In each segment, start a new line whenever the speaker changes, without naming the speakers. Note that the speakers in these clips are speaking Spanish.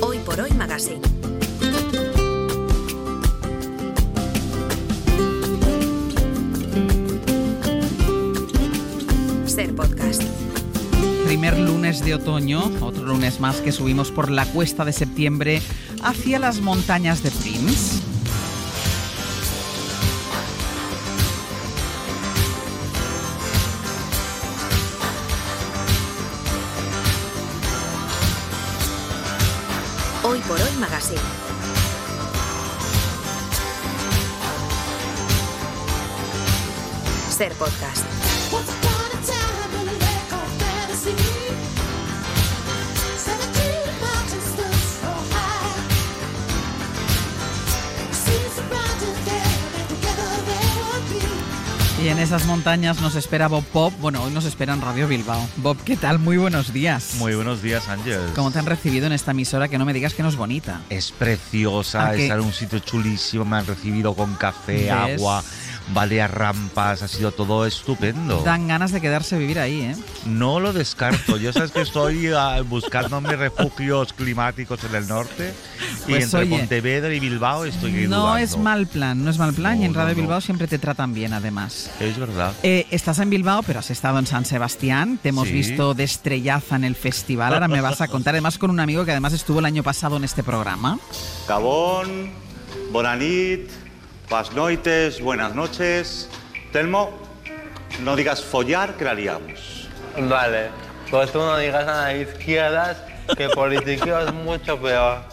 Hoy por hoy magazine. Ser podcast.
Primer lunes de otoño, otro lunes más que subimos por la cuesta de septiembre hacia las montañas de Prince.
Hoy por hoy magazine. Ser podcast.
Once upon a time in a record fantasy, seventeen mountains look so high. Seas surrounded there, and together they will be.
Y en esas montañas nos espera Bob Pop. Bueno, hoy nos espera en Radio Bilbao. Bob, ¿qué tal? Muy buenos días.
Muy buenos días, Ángel.
¿Cómo te han recibido en esta emisora que no me digas que no es bonita?
Es
¿A
preciosa,
qué?
es en un sitio chulísimo, me han recibido con café,
¿Ves?
agua, varias rampas, ha sido todo estupendo.
Dan ganas de quedarse a vivir ahí, ¿eh?
No lo descarto, yo sabes que estoy ah, buscando mis refugios climáticos en el norte y
Pues,
entre
oye,
Pontevedra y Bilbao estoy ahí
No
dudando.
es mal plan, no es mal plan y
No,
en Radio
no, no.
Bilbao siempre te tratan bien además.
Es verdad.
Eh, estás en Bilbao, pero has estado en San Sebastián. Te hemos
Sí.
visto de estrellaza en el festival. Ahora me vas a contar, además, con un amigo que además estuvo el año pasado en este programa.
Gabón, Bonanit, Buenas Noites, Buenas Noches. Telmo, no digas follar que la liamos.
Vale, pues tú no digas nada de izquierdas, que politiqueo es mucho peor.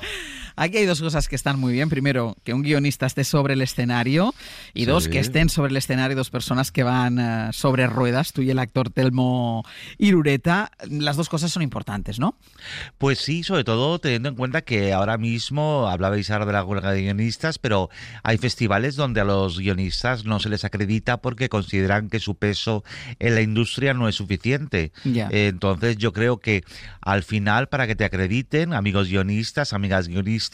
Aquí hay dos cosas que están muy bien. Primero, que un guionista esté sobre el escenario. Y dos, que estén sobre el escenario dos personas que van eh, sobre ruedas, tú y el actor Telmo Irureta. Las dos cosas son importantes, ¿no?
Pues sí, sobre todo teniendo en cuenta que ahora mismo hablabais ahora de la huelga de guionistas, pero hay festivales donde a los guionistas no se les acredita porque consideran que su peso en la industria no es suficiente.
Ya.
Eh, Entonces yo creo que al final, para que te acrediten, amigos guionistas, amigas guionistas,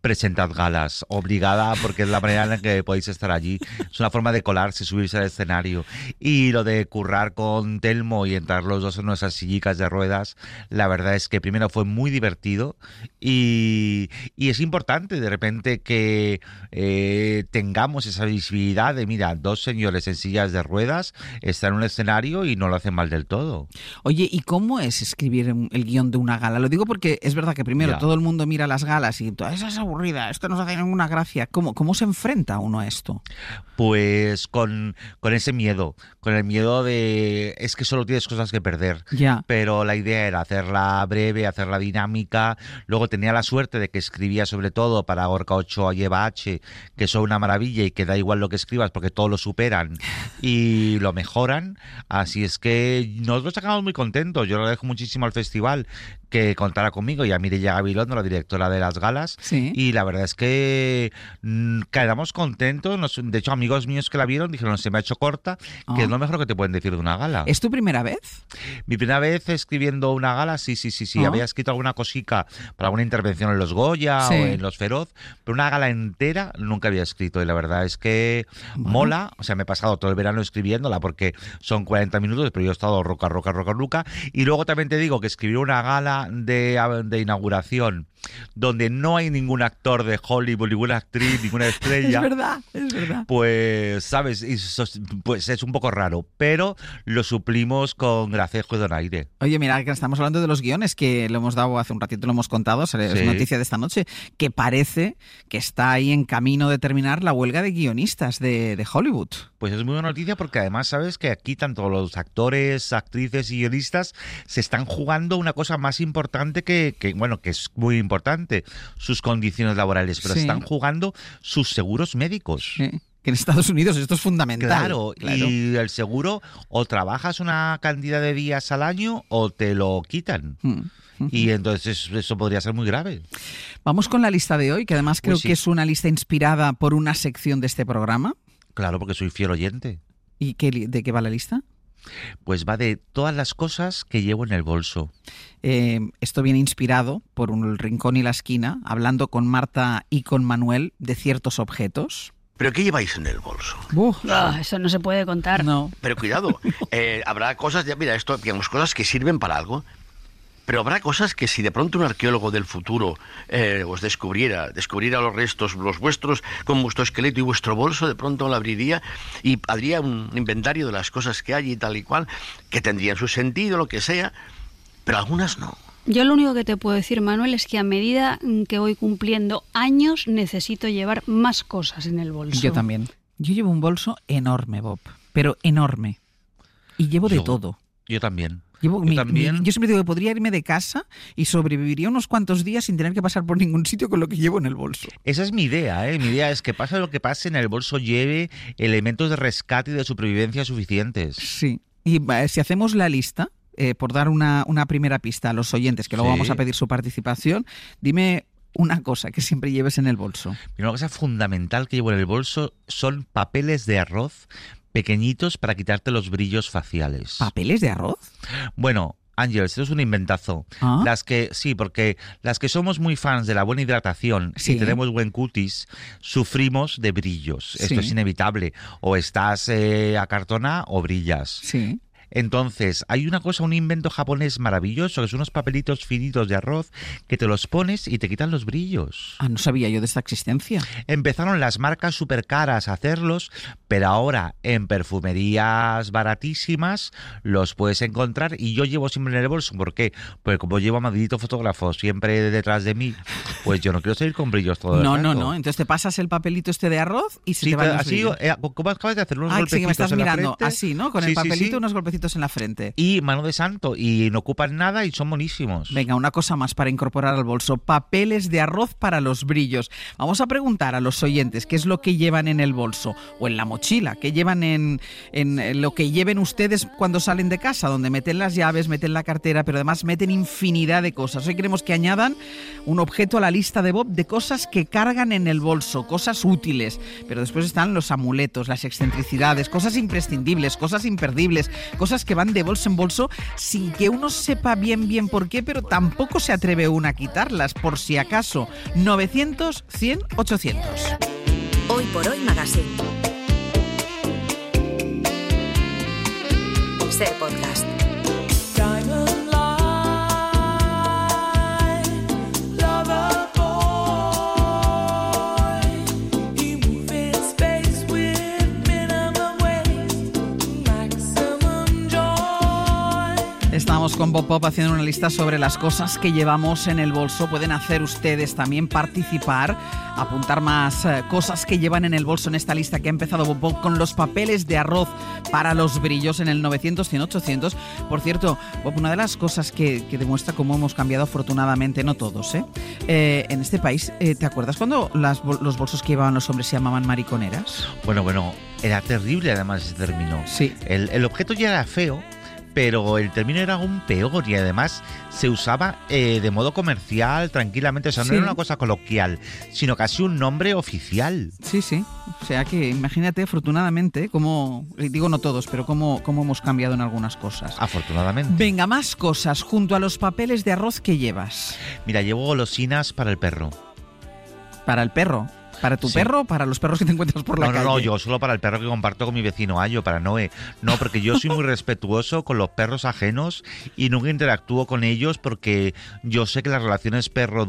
presentad galas, obligada, porque es la manera en la que podéis estar allí. Es una forma de colarse, subirse al escenario. Y lo de currar con Telmo y entrar los dos en nuestras sillicas de ruedas, la verdad es que primero fue muy divertido y, y es importante de repente que eh, tengamos esa visibilidad de, mira, dos señores en sillas de ruedas están en un escenario y no lo hacen mal del todo.
Oye, ¿y cómo es escribir un- el guión de una gala? Lo digo porque es verdad que primero
Ya.
todo el mundo mira las galas y "Ah, esa es aburrida, esto no se hace ninguna gracia. ¿Cómo, cómo se enfrenta uno a esto?
Pues con, con ese miedo, con el miedo de es que solo tienes cosas que perder.
Ya.
Pero la idea era hacerla breve, hacerla dinámica. Luego tenía la suerte de que escribía sobre todo para Gorka 8 lleva H, que son una maravilla y que da igual lo que escribas porque todos lo superan y lo mejoran. Así es que nosotros sacamos muy contentos. Yo lo dejo muchísimo al festival que contara conmigo y a Mireia Gabilondo, la directora de las galas.
Sí.
Y la verdad es que mm, quedamos contentos. Nos- de hecho, amigos míos que la vieron dijeron, se me ha hecho corta,
Ah.
que es lo mejor que te pueden decir de una gala.
¿Es tu primera vez?
Mi primera vez escribiendo una gala, sí, sí, sí, sí.
Ah.
Había escrito alguna cosica para alguna intervención en los Goya
Sí.
o en los Feroz, pero una gala entera nunca había escrito. Y la verdad es que
Bueno.
mola. O sea, me he pasado todo el verano escribiéndola porque son 40 minutos, pero yo he estado roca, roca, roca, roca. Y luego también te digo que escribir una gala de, de inauguración donde no hay ningún actor de Hollywood, ninguna actriz, ninguna estrella.
Es verdad, es verdad.
Pues, ¿sabes? Y sos- pues es un poco raro, pero lo suplimos con gracejo y donaire.
Oye, mira, que estamos hablando de los guiones que lo hemos dado hace un ratito, lo hemos contado, se- es
Sí.
noticia de esta noche, que parece que está ahí en camino de terminar la huelga de guionistas de, de Hollywood.
Pues es muy buena noticia porque además sabes que aquí tanto los actores, actrices y guionistas se están jugando una cosa más importante que, que, bueno, que es muy importante, sus condiciones laborales, pero
Sí.
están jugando sus seguros médicos.
¿eh? Que en Estados Unidos esto es fundamental.
Claro, y el seguro o trabajas una cantidad de días al año o te lo quitan.
Mm.
Y entonces eso podría ser muy grave.
Vamos con la lista de hoy, que además creo
Pues sí.
que es una lista inspirada por una sección de este programa.
Claro, porque soy fiel oyente.
¿Y qué li- de qué va la lista?
Pues va de todas las cosas que llevo en el bolso.
Eh, esto viene inspirado por un El rincón y la esquina, hablando con Marta y con Manuel de ciertos objetos.
¿Pero qué lleváis en el bolso?
Ah, eso no se puede contar.
No.
Pero cuidado, eh, habrá cosas, de- mira, esto, digamos, cosas que sirven para algo, pero habrá cosas que si de pronto un arqueólogo del futuro eh, os descubriera, descubriera los restos, los vuestros, con vuestro esqueleto y vuestro bolso, de pronto lo abriría y habría un inventario de las cosas que hay y tal y cual, que tendrían su sentido, lo que sea, pero algunas no.
Yo lo único que te puedo decir, Manuel, es que a medida que voy cumpliendo años necesito llevar más cosas en el bolso.
Yo también. Yo llevo un bolso enorme, Bob, pero enorme. Y llevo de
Yo-
todo.
Yo también.
Llevo
Yo
mi- mi-
también.
yo siempre digo que podría irme de casa y sobreviviría unos cuantos días sin tener que pasar por ningún sitio con lo que llevo en el bolso.
Esa es mi idea, ¿eh? Mi idea es que pase lo que pase, en el bolso lleve elementos de rescate y de supervivencia suficientes.
Sí. Y eh, si hacemos la lista, eh, por dar una, una primera pista a los oyentes, que luego
Sí.
vamos a pedir su participación, dime una cosa que siempre lleves en el bolso.
Y una cosa fundamental que llevo en el bolso son papeles de arroz pequeñitos para quitarte los brillos faciales.
¿Papeles de arroz?
Bueno, Ángel, esto es un inventazo.
Ah.
Las que, sí, porque las que somos muy fans de la buena hidratación,
Sí.
si tenemos buen cutis, sufrimos de brillos.
Sí.
Esto es inevitable. O estás eh, acartona o brillas.
Sí.
Entonces, hay una cosa, un invento japonés maravilloso, que son unos papelitos finitos de arroz que te los pones y te quitan los brillos.
Ah, no sabía yo de esta existencia.
Empezaron las marcas súper caras a hacerlos, pero ahora en perfumerías baratísimas los puedes encontrar y yo llevo siempre en el bolso. ¿Por qué? Porque como llevo a Madridito fotógrafo siempre detrás de mí, pues yo no quiero salir con brillos todo el
No, no,
rato.
no. Entonces te pasas el papelito este de arroz y se
Pues Sí,
te van
te-
los
así,
brillos.
eh, como acabas de hacer unos
Ah, sí, que
golpecitos
me estás
en la
mirando.
frente.
Así, ¿no? Con
Sí,
el
sí, sí.
papelito, unos golpecitos en la frente.
Y mano de santo, y no ocupan nada y son buenísimos.
Venga, una cosa más para incorporar al bolso. Papeles de arroz para los brillos. Vamos a preguntar a los oyentes qué es lo que llevan en el bolso o en la mochila, qué llevan en, en eh, lo que lleven ustedes cuando salen de casa, donde meten las llaves, meten la cartera, pero además meten infinidad de cosas. Hoy queremos que añadan un objeto a la lista de Bob de cosas que cargan en el bolso, cosas útiles. Pero después están los amuletos, las excentricidades, cosas imprescindibles, cosas imperdibles, cosas que van de bolso en bolso sin que uno sepa bien bien por qué, pero tampoco se atreve uno a quitarlas por si acaso. 900 100 800.
Hoy por Hoy Magazine. Ser podcast.
Diamond line, lover boy. He moves in space with minimum waste, maximum joy.
Estamos con Bob Pop haciendo una lista sobre las cosas que llevamos en el bolso. Pueden hacer ustedes también participar, apuntar más eh, cosas que llevan en el bolso en esta lista que ha empezado Bob Pop con los papeles de arroz para los brillos en el 900, 100, 800. Por cierto, Bob, una de las cosas que, que demuestra cómo hemos cambiado afortunadamente, no todos, ¿eh? Eh, en este país, eh, ¿te acuerdas cuando las bol- los bolsos que llevaban los hombres se llamaban mariconeras?
Bueno, bueno, era terrible además ese término.
Sí.
El, el objeto ya era feo, pero el término era aún peor y además se usaba eh, de modo comercial, tranquilamente. O sea, no
Sí.
era una cosa coloquial, sino casi un nombre oficial.
Sí, sí. O sea que imagínate, afortunadamente, cómo, eh, digo no todos, pero cómo, cómo hemos cambiado en algunas cosas.
Afortunadamente.
Venga, más cosas junto a los papeles de arroz que llevas.
Mira, llevo golosinas para el perro.
Para el perro. ¿Para tu
Sí.
perro o para los perros que te encuentras por la
no,
calle?
No, no, yo solo para el perro que comparto con mi vecino Ayo, para Noé. No, porque yo soy muy respetuoso con los perros ajenos y nunca interactúo con ellos porque yo sé que las relaciones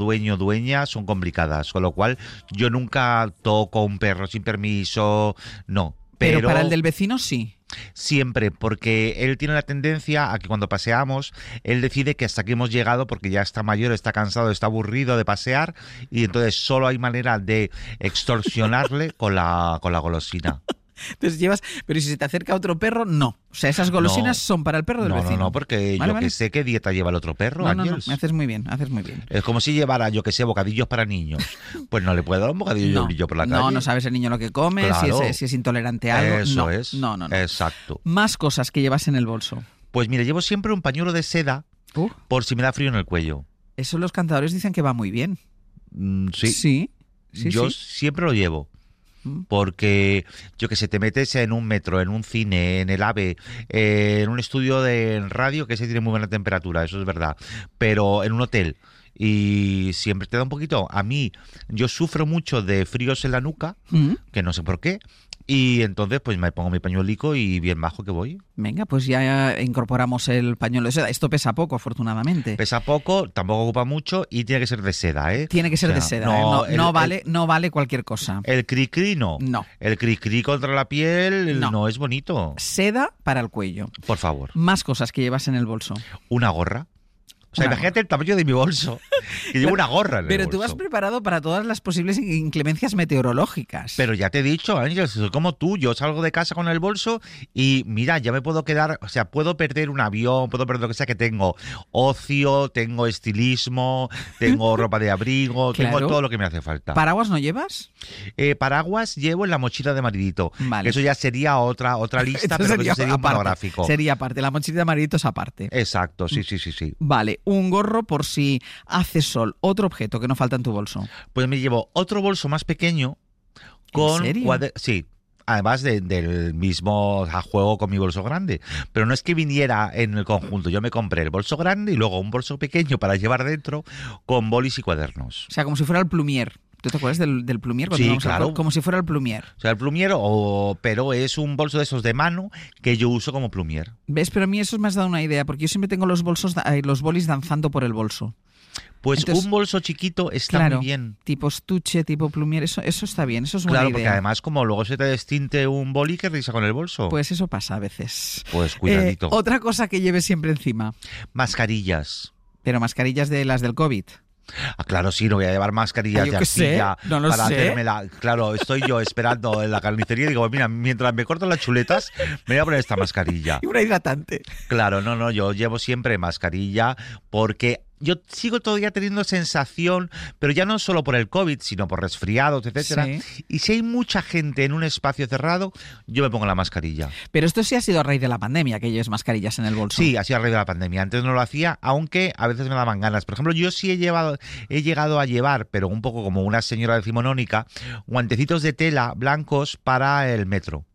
perro-dueño-dueña son complicadas, con lo cual yo nunca toco a un perro sin permiso, no.
Pero
Pero,
para el del vecino sí.
Siempre, porque él tiene la tendencia a que cuando paseamos, él decide que hasta aquí hemos llegado porque ya está mayor, está cansado, está aburrido de pasear y entonces solo hay manera de extorsionarle con la, con la golosina.
Entonces llevas, pero si se te acerca otro perro, no. O sea, esas golosinas
No.
son para el perro del
no,
vecino.
No, no,
Vale,
porque yo
vale.
que sé qué dieta lleva el otro perro,
No, no, no,
Ángels.
me haces muy bien, haces muy bien.
Es como si llevara, yo que sé, bocadillos para niños. Pues no le puedo dar un bocadillo y un brillo por la calle.
No, no sabes el niño lo que come, si,
Claro.
es, si es intolerante a algo.
Eso
no,
es.
No, no, no.
Exacto.
Más cosas que llevas en el bolso.
Pues mira, llevo siempre un pañuelo de seda por si me da frío en el cuello.
Eso los cantadores dicen que va muy bien.
Mm, sí.
Sí, sí,
yo
sí. Mm.
siempre lo llevo. Porque, yo que sé, te metes en un metro, en un cine, en el AVE, eh, en un estudio de radio, que se tiene muy buena temperatura, eso es verdad, pero en un hotel. Y siempre te da un poquito. A mí, yo sufro mucho de fríos en la nuca,
Mm.
que no sé por qué, y entonces pues me pongo mi pañuelico y bien bajo que voy.
Venga, pues ya incorporamos el pañuelo de seda. Esto pesa poco, afortunadamente.
Pesa poco, tampoco ocupa mucho y tiene que ser de seda, ¿eh?
Tiene que ser
O
de
sea,
seda. ¿eh? No,
el-
no
el-
vale, no vale cualquier cosa.
El cri-cri no.
No.
El cri-cri contra la piel
No.
no. es bonito.
Seda para el cuello.
Por favor.
Más cosas que llevas en el bolso.
Una gorra. O sea,
Una
imagínate el tamaño de mi bolso. Que llevo una gorra en el
Pero tú vas
bolso.
preparado para todas las posibles inclemencias meteorológicas.
Pero ya te he dicho, Ángel, soy como tú. Yo salgo de casa con el bolso y mira, ya me puedo quedar, o sea, puedo perder un avión, puedo perder lo que sea que tengo. Ocio, tengo estilismo, tengo ropa de abrigo,
Claro.
tengo todo lo que me hace falta.
¿Paraguas no llevas?
Eh, paraguas llevo en la mochila de maridito.
Vale.
Eso ya sería otra, otra lista,
Esto
pero que eso sería un
aparte,
monográfico. Eh.
Sería aparte. La mochila de amarillitos aparte.
Exacto, sí, sí, sí, sí.
Vale, un gorro por si hace sol. Otro objeto que no falta en tu bolso.
Pues me llevo otro bolso más pequeño con
serio?
cuader- Sí. Además de- del mismo a juego con mi bolso grande. Pero no es que viniera en el conjunto. Yo me compré el bolso grande y luego un bolso pequeño para llevar dentro con bolis y cuadernos.
O sea, como si fuera el plumier. ¿Tú te acuerdas del, del plumier? Cuando
Sí,
íbamos al
claro.
col- Como si fuera el plumier.
O sea, el plumiero, o- pero es un bolso de esos de mano que yo uso como plumier.
¿Ves? Pero a mí eso me has dado una idea, porque yo siempre tengo los bolsos, da- eh, los bolis danzando por el bolso.
Pues
Entonces,
un bolso chiquito está
claro,
muy bien.
Tipo estuche, tipo plumier, eso, eso está bien, eso es buena
Claro, porque
idea.
además como luego se te destinte un boli, que risa con el bolso.
Pues eso pasa a veces.
Pues cuidadito.
Eh, otra cosa que lleves siempre encima.
Mascarillas.
Pero mascarillas de las del COVID.
Ah, claro, sí, no voy a llevar
Ah,
mascarillas
yo
de
qué sé,
arcilla
no lo
para
sé.
hacerme la... Claro, estoy yo esperando en la carnicería y digo, mira, mientras me corto las chuletas, me voy a poner esta mascarilla.
Y una hidratante.
Claro, no, no, yo llevo siempre mascarilla porque yo sigo todavía teniendo sensación, pero ya no solo por el COVID, sino por resfriados, etcétera. Y si hay mucha gente en un espacio cerrado, yo me pongo la mascarilla.
Pero esto sí ha sido a raíz de la pandemia, que lleves mascarillas en el bolso.
Sí, así arriba de la pandemia. Antes no lo hacía, aunque a veces me daban ganas. Por ejemplo, yo sí he llevado, he llegado a llevar, pero un poco como una señora decimonónica, guantecitos de tela blancos para el metro.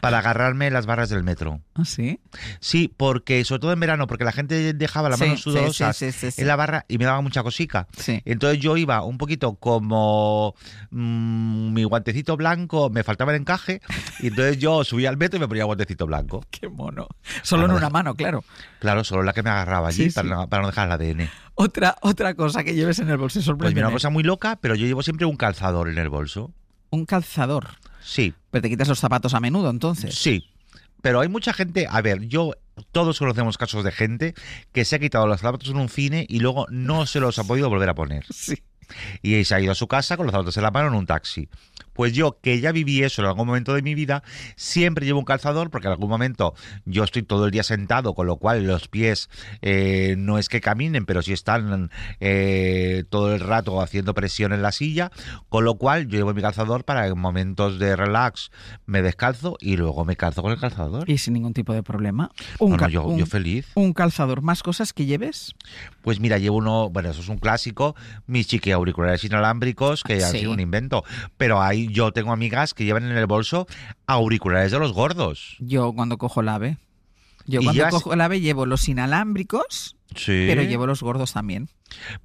Para agarrarme las barras del metro.
¿Ah, sí?
Sí, porque sobre todo en verano, porque la gente dejaba las
Sí,
manos
sí,
sudorosas
sí, sí, sí, sí.
en la barra y me daba mucha cosica. Entonces yo iba un poquito como mm, mi guantecito blanco, me faltaba el encaje, y entonces yo subía al metro y me ponía guantecito blanco.
Qué mono. Solo en una mano, claro.
Claro, solo la que me agarraba allí
Sí,
Para,
sí.
no, para no dejar el ADN.
Otra, otra cosa que lleves en el bolso,
Pues
sorprende.
mira, una cosa muy loca, pero yo llevo siempre un calzador en el bolso.
Un calzador.
Sí.
Pero te quitas los zapatos a menudo, entonces.
Sí. Pero hay mucha gente, a ver, yo todos conocemos casos de gente que se ha quitado los zapatos en un cine y luego no se los ha podido volver a poner.
Sí.
Y se ha ido a su casa con los zapatos en la mano en un taxi. Pues yo, que ya viví eso en algún momento de mi vida, siempre llevo un calzador porque en algún momento yo estoy todo el día sentado, con lo cual los pies eh, no es que caminen, pero sí están eh, todo el rato haciendo presión en la silla, con lo cual yo llevo mi calzador para en momentos de relax me descalzo y luego me calzo con el calzador.
Y sin ningún tipo de problema.
No, no,
ca-
yo- yo feliz.
Un calzador. ¿Más cosas que lleves?
Pues mira, llevo uno, bueno, eso es un clásico, mis chiqui auriculares inalámbricos, que han
Sí.
sido un invento. Pero ahí yo tengo amigas que llevan en el bolso auriculares de los gordos.
Yo cuando cojo el ave. Yo
Y
cuando
llevas-
cojo el ave llevo los inalámbricos,
Sí.
pero llevo los gordos también.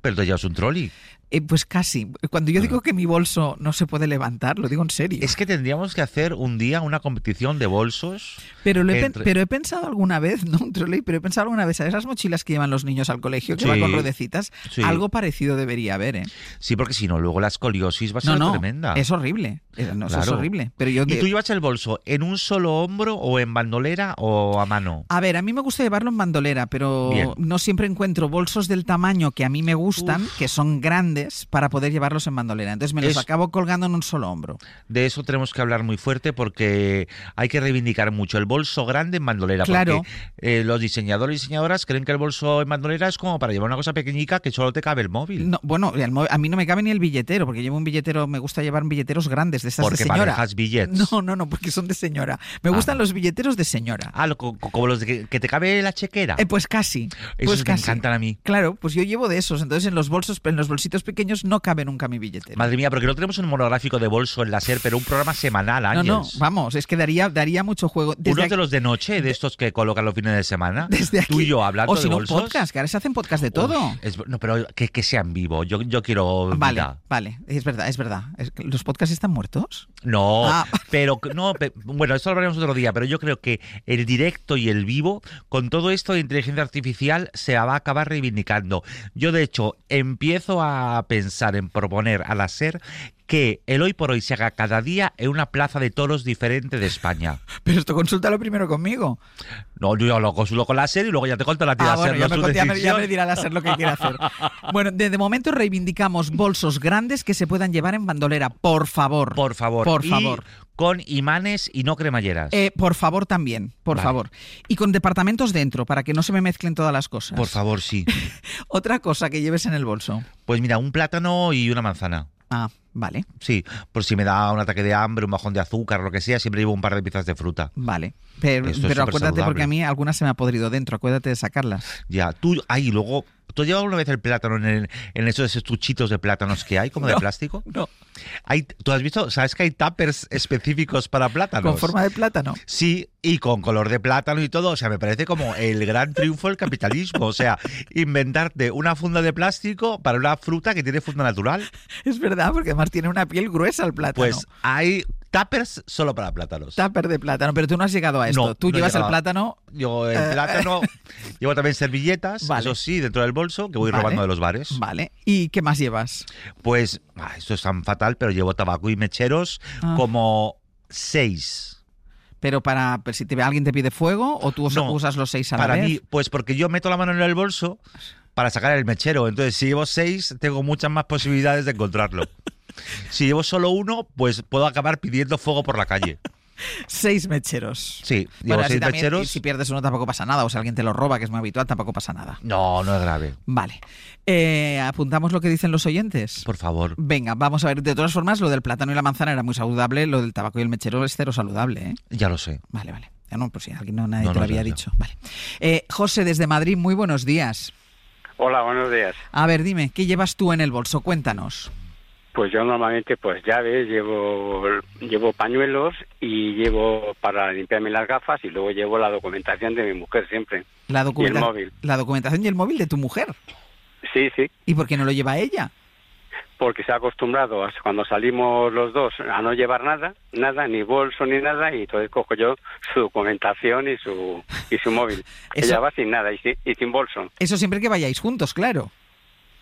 Pero tú llevas un trolley.
Eh, pues casi. Cuando yo digo que mi bolso no se puede levantar, lo digo en serio.
Es que tendríamos que hacer un día una competición de bolsos.
Pero, lo he, pen-
entre-
pero he pensado alguna vez, no un trolley, pero he pensado alguna vez, a esas mochilas que llevan los niños al colegio, que
Sí.
van con ruedecitas,
Sí.
algo parecido debería haber, ¿eh?
Sí, porque si no, luego la escoliosis va a
No,
ser
no,
tremenda.
es horrible. Es- no, eso es horrible. Pero yo
¿Y tú llevas el bolso en un solo hombro o en bandolera o a mano?
A ver, a mí me gusta llevarlo en bandolera, pero
Bien.
no siempre encuentro bolsos del tamaño que a mí me gustan, que son grandes, para poder llevarlos en bandolera. Entonces me los
Es-
acabo colgando en un solo hombro.
De eso tenemos que hablar muy fuerte porque hay que reivindicar mucho el bolso grande en bandolera.
Claro.
Porque eh, los diseñadores y diseñadoras creen que el bolso en bandolera es como para llevar una cosa pequeñica que solo te cabe el móvil.
No, bueno, el mo- a mí no me cabe ni el billetero, porque llevo un billetero, me gusta llevar billeteros grandes de estas
Porque
de señora.
manejas billetes.
No, no, no, porque son de señora. Me
Ah.
gustan los billeteros de señora.
Ah, lo- co- co- como los de que, que te cabe la chequera.
Eh, pues casi.
Esos
Pues
me
casi.
encantan a mí.
Claro, pues yo llevo de esos. Entonces en los bolsos, en los bolsitos pequeños no cabe nunca mi billetero.
Madre mía, porque no tenemos un monográfico de bolso en la SER, pero un programa semanal,
No,
Ángels.
no, vamos, es que daría, daría mucho juego. Desde
Uno
aquí-
de los de noche, de estos que colocan los fines de semana. Tú y yo hablando
o si
de
no,
bolsos.
podcast, que ahora se hacen podcast de todo.
Uy, es- no, pero que, que sean vivo. Yo, yo quiero vida.
vale, vale, es verdad, es verdad. Es que ¿Los podcasts están muertos?
No,
Ah.
pero no, pe- bueno, esto lo hablaremos otro día, pero yo creo que el directo y el vivo, con todo esto de inteligencia artificial, se va a acabar reivindicando. Yo, de hecho, empiezo a pensar en proponer a la SER que el hoy por hoy se haga cada día en una plaza de toros diferente de España.
Pero esto consúltalo primero conmigo.
No, yo lo consulo con la SER y luego ya te cuento la tía
Ah, bueno,
SER,
ya,
no
me,
su
cont- ya me- ya
decisión.
me dirá la SER lo que quiere hacer. Bueno, de, de momento reivindicamos bolsos grandes que se puedan llevar en bandolera, por favor.
Por favor.
Por
Y
favor.
con imanes y no cremalleras.
Eh, por favor también, por
Vale.
favor. Y con departamentos dentro, para que no se me mezclen todas las cosas.
Por favor, sí.
Otra cosa que lleves en el bolso.
Pues mira, un plátano y una manzana.
Ah, vale,
Sí, por si me da un ataque de hambre, un bajón de azúcar, lo que sea, siempre llevo un par de piezas de fruta.
vale. Pero,
Esto
pero
es súper
acuérdate porque
saludable.
a mí algunas se me ha podrido dentro, acuérdate de sacarlas.
Ya, tú, ahí luego, ¿tú has llevado alguna vez el plátano en, el- en esos estuchitos de plátanos que hay, como de
No,
plástico?
No.
Hay, ¿Tú has visto? ¿Sabes que hay tuppers específicos para plátanos?
Con forma de plátano.
Sí, y con color de plátano y todo. O sea, me parece como el gran triunfo del capitalismo. O sea, inventarte una funda de plástico para una fruta que tiene funda natural.
Es verdad, porque además tiene una piel gruesa el plátano.
Pues hay tuppers solo para plátanos.
Tupper de plátano, pero tú no has llegado a esto.
No,
tú
no he
llevas el
llegado.
plátano.
Llevo el
Eh.
plátano, llevo también servilletas,
Vale.
eso sí, dentro del bolso, que voy
Vale.
robando de los bares.
Vale. ¿Y qué más llevas?
Pues, ah, esto es tan fatal, pero llevo tabaco y mecheros
Ah.
como seis.
Pero para pero si te, alguien te pide fuego o tú usa-
No,
usas los seis a la
Para
vez.
mí, pues porque yo meto la mano en el bolso para sacar el mechero. Entonces, si llevo seis, tengo muchas más posibilidades de encontrarlo. Si llevo solo uno, pues puedo acabar pidiendo fuego por la calle.
Seis mecheros.
Sí, llevo
Bueno, así
seis
también,
mecheros.
Si pierdes uno tampoco pasa nada, o si alguien te lo roba, que es muy habitual, tampoco pasa nada.
No, no es grave.
Vale. Eh, ¿Apuntamos lo que dicen los oyentes?
Por favor.
Venga, vamos a ver. De todas formas, lo del plátano y la manzana era muy saludable, lo del tabaco y el mechero es cero saludable. ¿eh?
Ya lo sé.
Vale, vale. Ah, no, pues si alguien no, nadie
No,
te lo
no,
había
ya, ya.
dicho. Vale. Eh, José, desde Madrid, muy buenos días.
Hola, buenos días.
A ver, dime, ¿qué llevas tú en el bolso? Cuéntanos.
Pues yo normalmente pues llaves, llevo llevo pañuelos y llevo para limpiarme las gafas y luego llevo la documentación de mi mujer siempre.
La, documenta-
Y el móvil.
la documentación y el móvil de tu mujer.
Sí, sí,
¿Y por qué no lo lleva ella?
porque se ha acostumbrado a- cuando salimos los dos a no llevar nada, nada, ni bolso ni nada y entonces cojo yo su documentación y su y su móvil.
Eso-
Ella va sin nada y sin, y sin bolso.
Eso siempre que vayáis juntos, claro.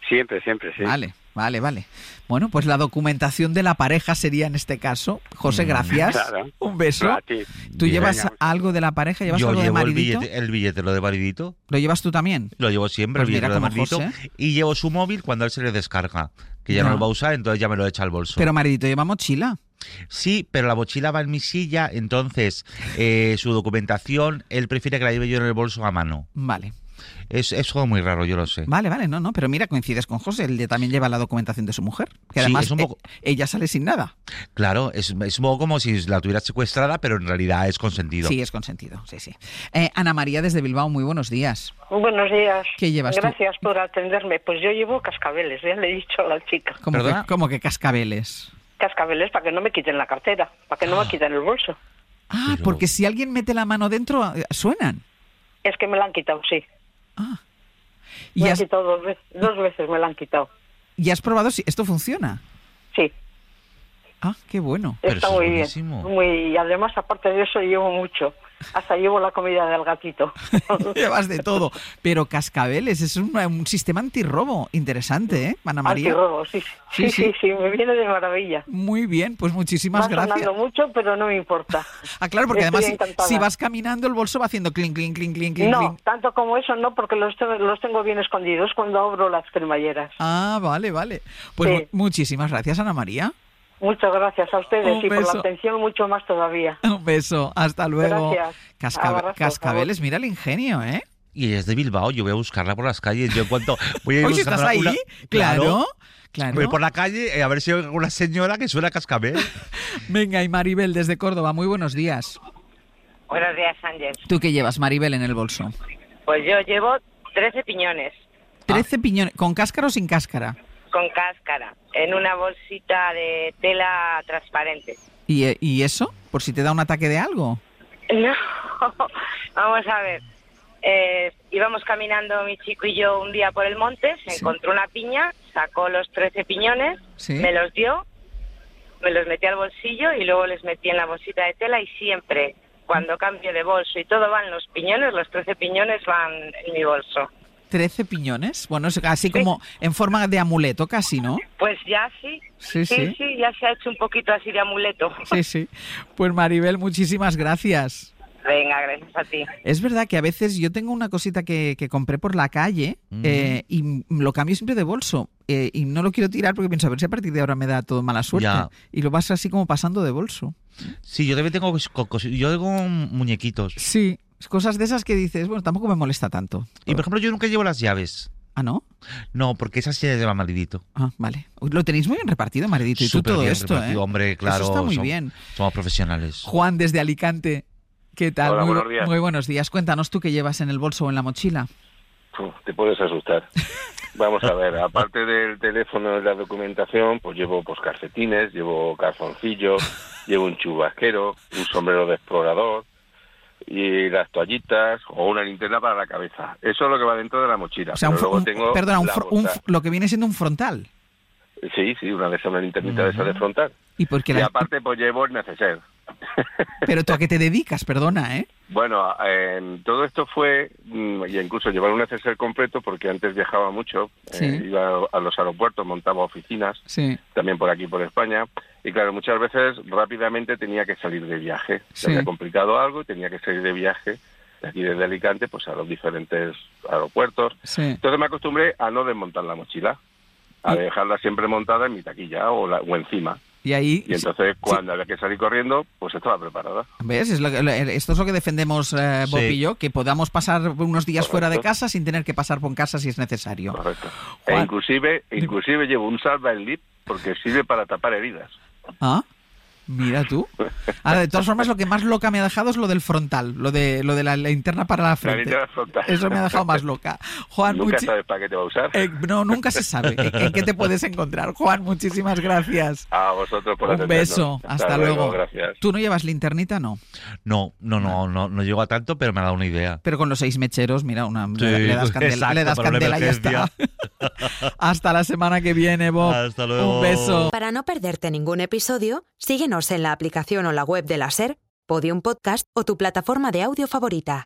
Siempre, siempre, sí.
Vale, vale, vale. Bueno, pues la documentación de la pareja sería en este caso. José,
Mm,
gracias.
Claro.
Un beso.
A ti.
¿Tú
Bien.
llevas
Venga.
algo de la pareja? ¿Llevas
Yo
algo de
llevo el,
maridito?
billete, el billetero de maridito.
¿Lo llevas tú también?
Lo llevo siempre,
Pues
el
mira
billetero de
como
Maldito,
José.
Y llevo su móvil cuando él se le descarga, que ya
Ya.
no lo va a usar, entonces ya me lo echa al bolso.
Pero maridito lleva mochila.
sí, pero la mochila va en mi silla, entonces eh, su documentación, él prefiere que la lleve yo en el bolso a mano.
Vale.
Es, es algo muy raro, yo lo sé.
Vale, vale, no, no, pero mira, coincides con José, él también lleva la documentación de su mujer, que
Sí,
además
es un
eh,
poco-
ella sale sin nada.
Claro, es, es un poco como si la tuviera secuestrada, pero en realidad es consentido.
Sí, es consentido, sí, sí. Eh, Ana María desde Bilbao, muy buenos días.
Buenos días.
¿Qué llevas tú?
Gracias por atenderme. Pues yo llevo cascabeles, ya le he dicho a la chica.
¿Cómo que, cómo que cascabeles?
Cascabeles para que no me quiten la cartera, para que no me quiten el bolso.
Ah, porque si alguien mete la mano dentro, eh, suenan.
Es que me la han quitado, sí.
Y
Me han
has-
quitado dos veces, dos veces me la han quitado.
¿Y has probado si esto funciona?
Sí.
Ah, qué bueno.
Está muy bien. Muy, y además, aparte de eso, llevo mucho. Hasta llevo la comida del gatito.
Llevas de todo. Pero cascabeles, es un, un sistema antirrobo. Interesante, ¿eh, Ana María?
Antirrobo, sí. Sí, sí, sí, me viene de maravilla.
Muy bien, pues muchísimas
Va
gracias.
sonando mucho, pero no me importa.
Ah, claro, porque
Estoy
además si-
encantada.
si, vas caminando el bolso va haciendo clink, clink, clink, clink, clink.
No,
clink.
tanto como eso no, porque los, te- los tengo bien escondidos cuando abro las cremalleras.
Ah, vale, vale. Pues
Sí.
mu- muchísimas gracias, Ana María.
Muchas gracias a ustedes
Un
y por
beso.
la atención mucho más todavía.
Un beso, hasta luego.
Gracias.
Cascabe-
Abrazo, por favor.
cascabeles, mira el ingenio, ¿eh?
Y ella es de Bilbao, yo voy a buscarla por las calles. Yo en cuanto voy a ir
Oye,
buscando
¿estás
una-
ahí? Claro, claro.
Voy por la calle eh, a ver si hay alguna señora que suena a cascabel.
Venga, y Maribel desde Córdoba, muy buenos días.
Buenos días, Sánchez.
¿Tú qué llevas, Maribel, en el bolso?
Pues yo llevo 13 piñones
Trece
Ah.
piñones, ¿con cáscara o sin cáscara?
con cáscara en una bolsita de tela transparente.
¿Y, eh, y eso? ¿Por si te da un ataque de algo?
No, vamos a ver. Eh, íbamos caminando mi chico y yo un día por el monte, se encontró una piña, sacó los 13 piñones,
Sí.
me los dio, me los metí al bolsillo y luego les metí en la bolsita de tela y siempre, cuando cambio de bolso y todo van los piñones, los 13 piñones van en mi bolso.
Trece piñones, bueno, es así como en forma de amuleto casi, ¿no?
Pues ya sí.
Sí, sí.
sí, ya se ha hecho un poquito así de amuleto.
Sí, sí. Pues Maribel, muchísimas gracias.
Venga, gracias a ti.
Es verdad que a veces yo tengo una cosita que, que compré por la calle eh, y m- lo cambio siempre de bolso. eh, y no lo quiero tirar porque pienso, a ver si a partir de ahora me da todo mala suerte.
Ya.
Y lo vas así como pasando de bolso.
Sí, yo también tengo, cos- cos- yo tengo muñequitos.
Sí. Cosas de esas que dices, bueno, tampoco me molesta tanto.
Y por ejemplo, yo nunca llevo las llaves.
¿Ah, no?
No, porque esas sí las lleva maridito.
Ah, vale. Uy, Lo tenéis muy bien repartido, Maridito. Y tú
Súper
todo
bien
esto,
repartido,
¿eh?
Hombre,
Eso
claro.
está muy
som-
bien.
Somos profesionales.
Juan desde Alicante. ¿Qué tal?
Hola,
muy, bu-
buenos días.
muy buenos días. Cuéntanos tú qué llevas en el bolso o en la mochila.
Puf, Te puedes asustar. Vamos a ver, aparte del teléfono y la documentación, pues llevo pues calcetines, llevo calzoncillos, llevo un chubasquero, un sombrero de explorador y las toallitas o una linterna para la cabeza. Eso es lo que va dentro de la mochila.
O sea, un,
pero
fro-
luego
un-
tengo
perdona, un
la
fro- un
bolsa.
fro- lo que viene siendo un frontal.
Sí, sí, una de esas, una linternita de esas de frontal.
Y porque
Y
la-
aparte pues llevo el neceser.
Pero tú a qué te dedicas, perdona, ¿eh?
Bueno, eh, todo esto fue, mm, y incluso llevar un neceser completo, porque antes viajaba mucho,
Sí.
eh, iba a los aeropuertos, montaba oficinas,
Sí.
también por aquí, por España, y claro, muchas veces rápidamente tenía que salir de viaje.
Sí.
Se había complicado algo y tenía que salir de viaje, de aquí desde Alicante, pues a los diferentes aeropuertos.
Sí.
Entonces me acostumbré a no desmontar la mochila, a dejarla siempre montada en mi taquilla o, la- o encima.
Y ahí,
Y entonces cuando había que salir corriendo, pues estaba preparada.
¿ves? Es lo que- lo- esto es lo que defendemos eh, Bob
Sí.
y yo, que podamos pasar unos días fuera de
Correcto.
casa sin tener que pasar por casa si es necesario.
E inclusive, inclusive llevo un salva en lip porque sirve para tapar heridas.
Ah, mira tú. Ahora, de todas formas, lo que más loca me ha dejado es lo del frontal, lo de, lo de la linterna para la
La
frente.
línea frontal.
Eso me ha dejado más loca. Juan,
Nunca
muchi-
sabes para qué te va a usar.
eh, no, nunca se sabe en, en qué te puedes encontrar. Juan, muchísimas gracias.
A Ah, vosotros por
Un
atendernos.
beso. Hasta, luego.
Gracias.
¿Tú no llevas linternita? No.
No, no, no, no, no llego a tanto, pero me ha dado una idea.
Pero con los seis mecheros, mira, una,
Sí,
le, le das candela,
exacto,
le das
para una
candela y ya está.
emergencia.
Hasta la semana que viene, Bob.
Hasta
Oh, Un beso.
Para no perderte ningún episodio, síguenos en la aplicación o la web de la SER, Podium Podcast o tu plataforma de audio favorita.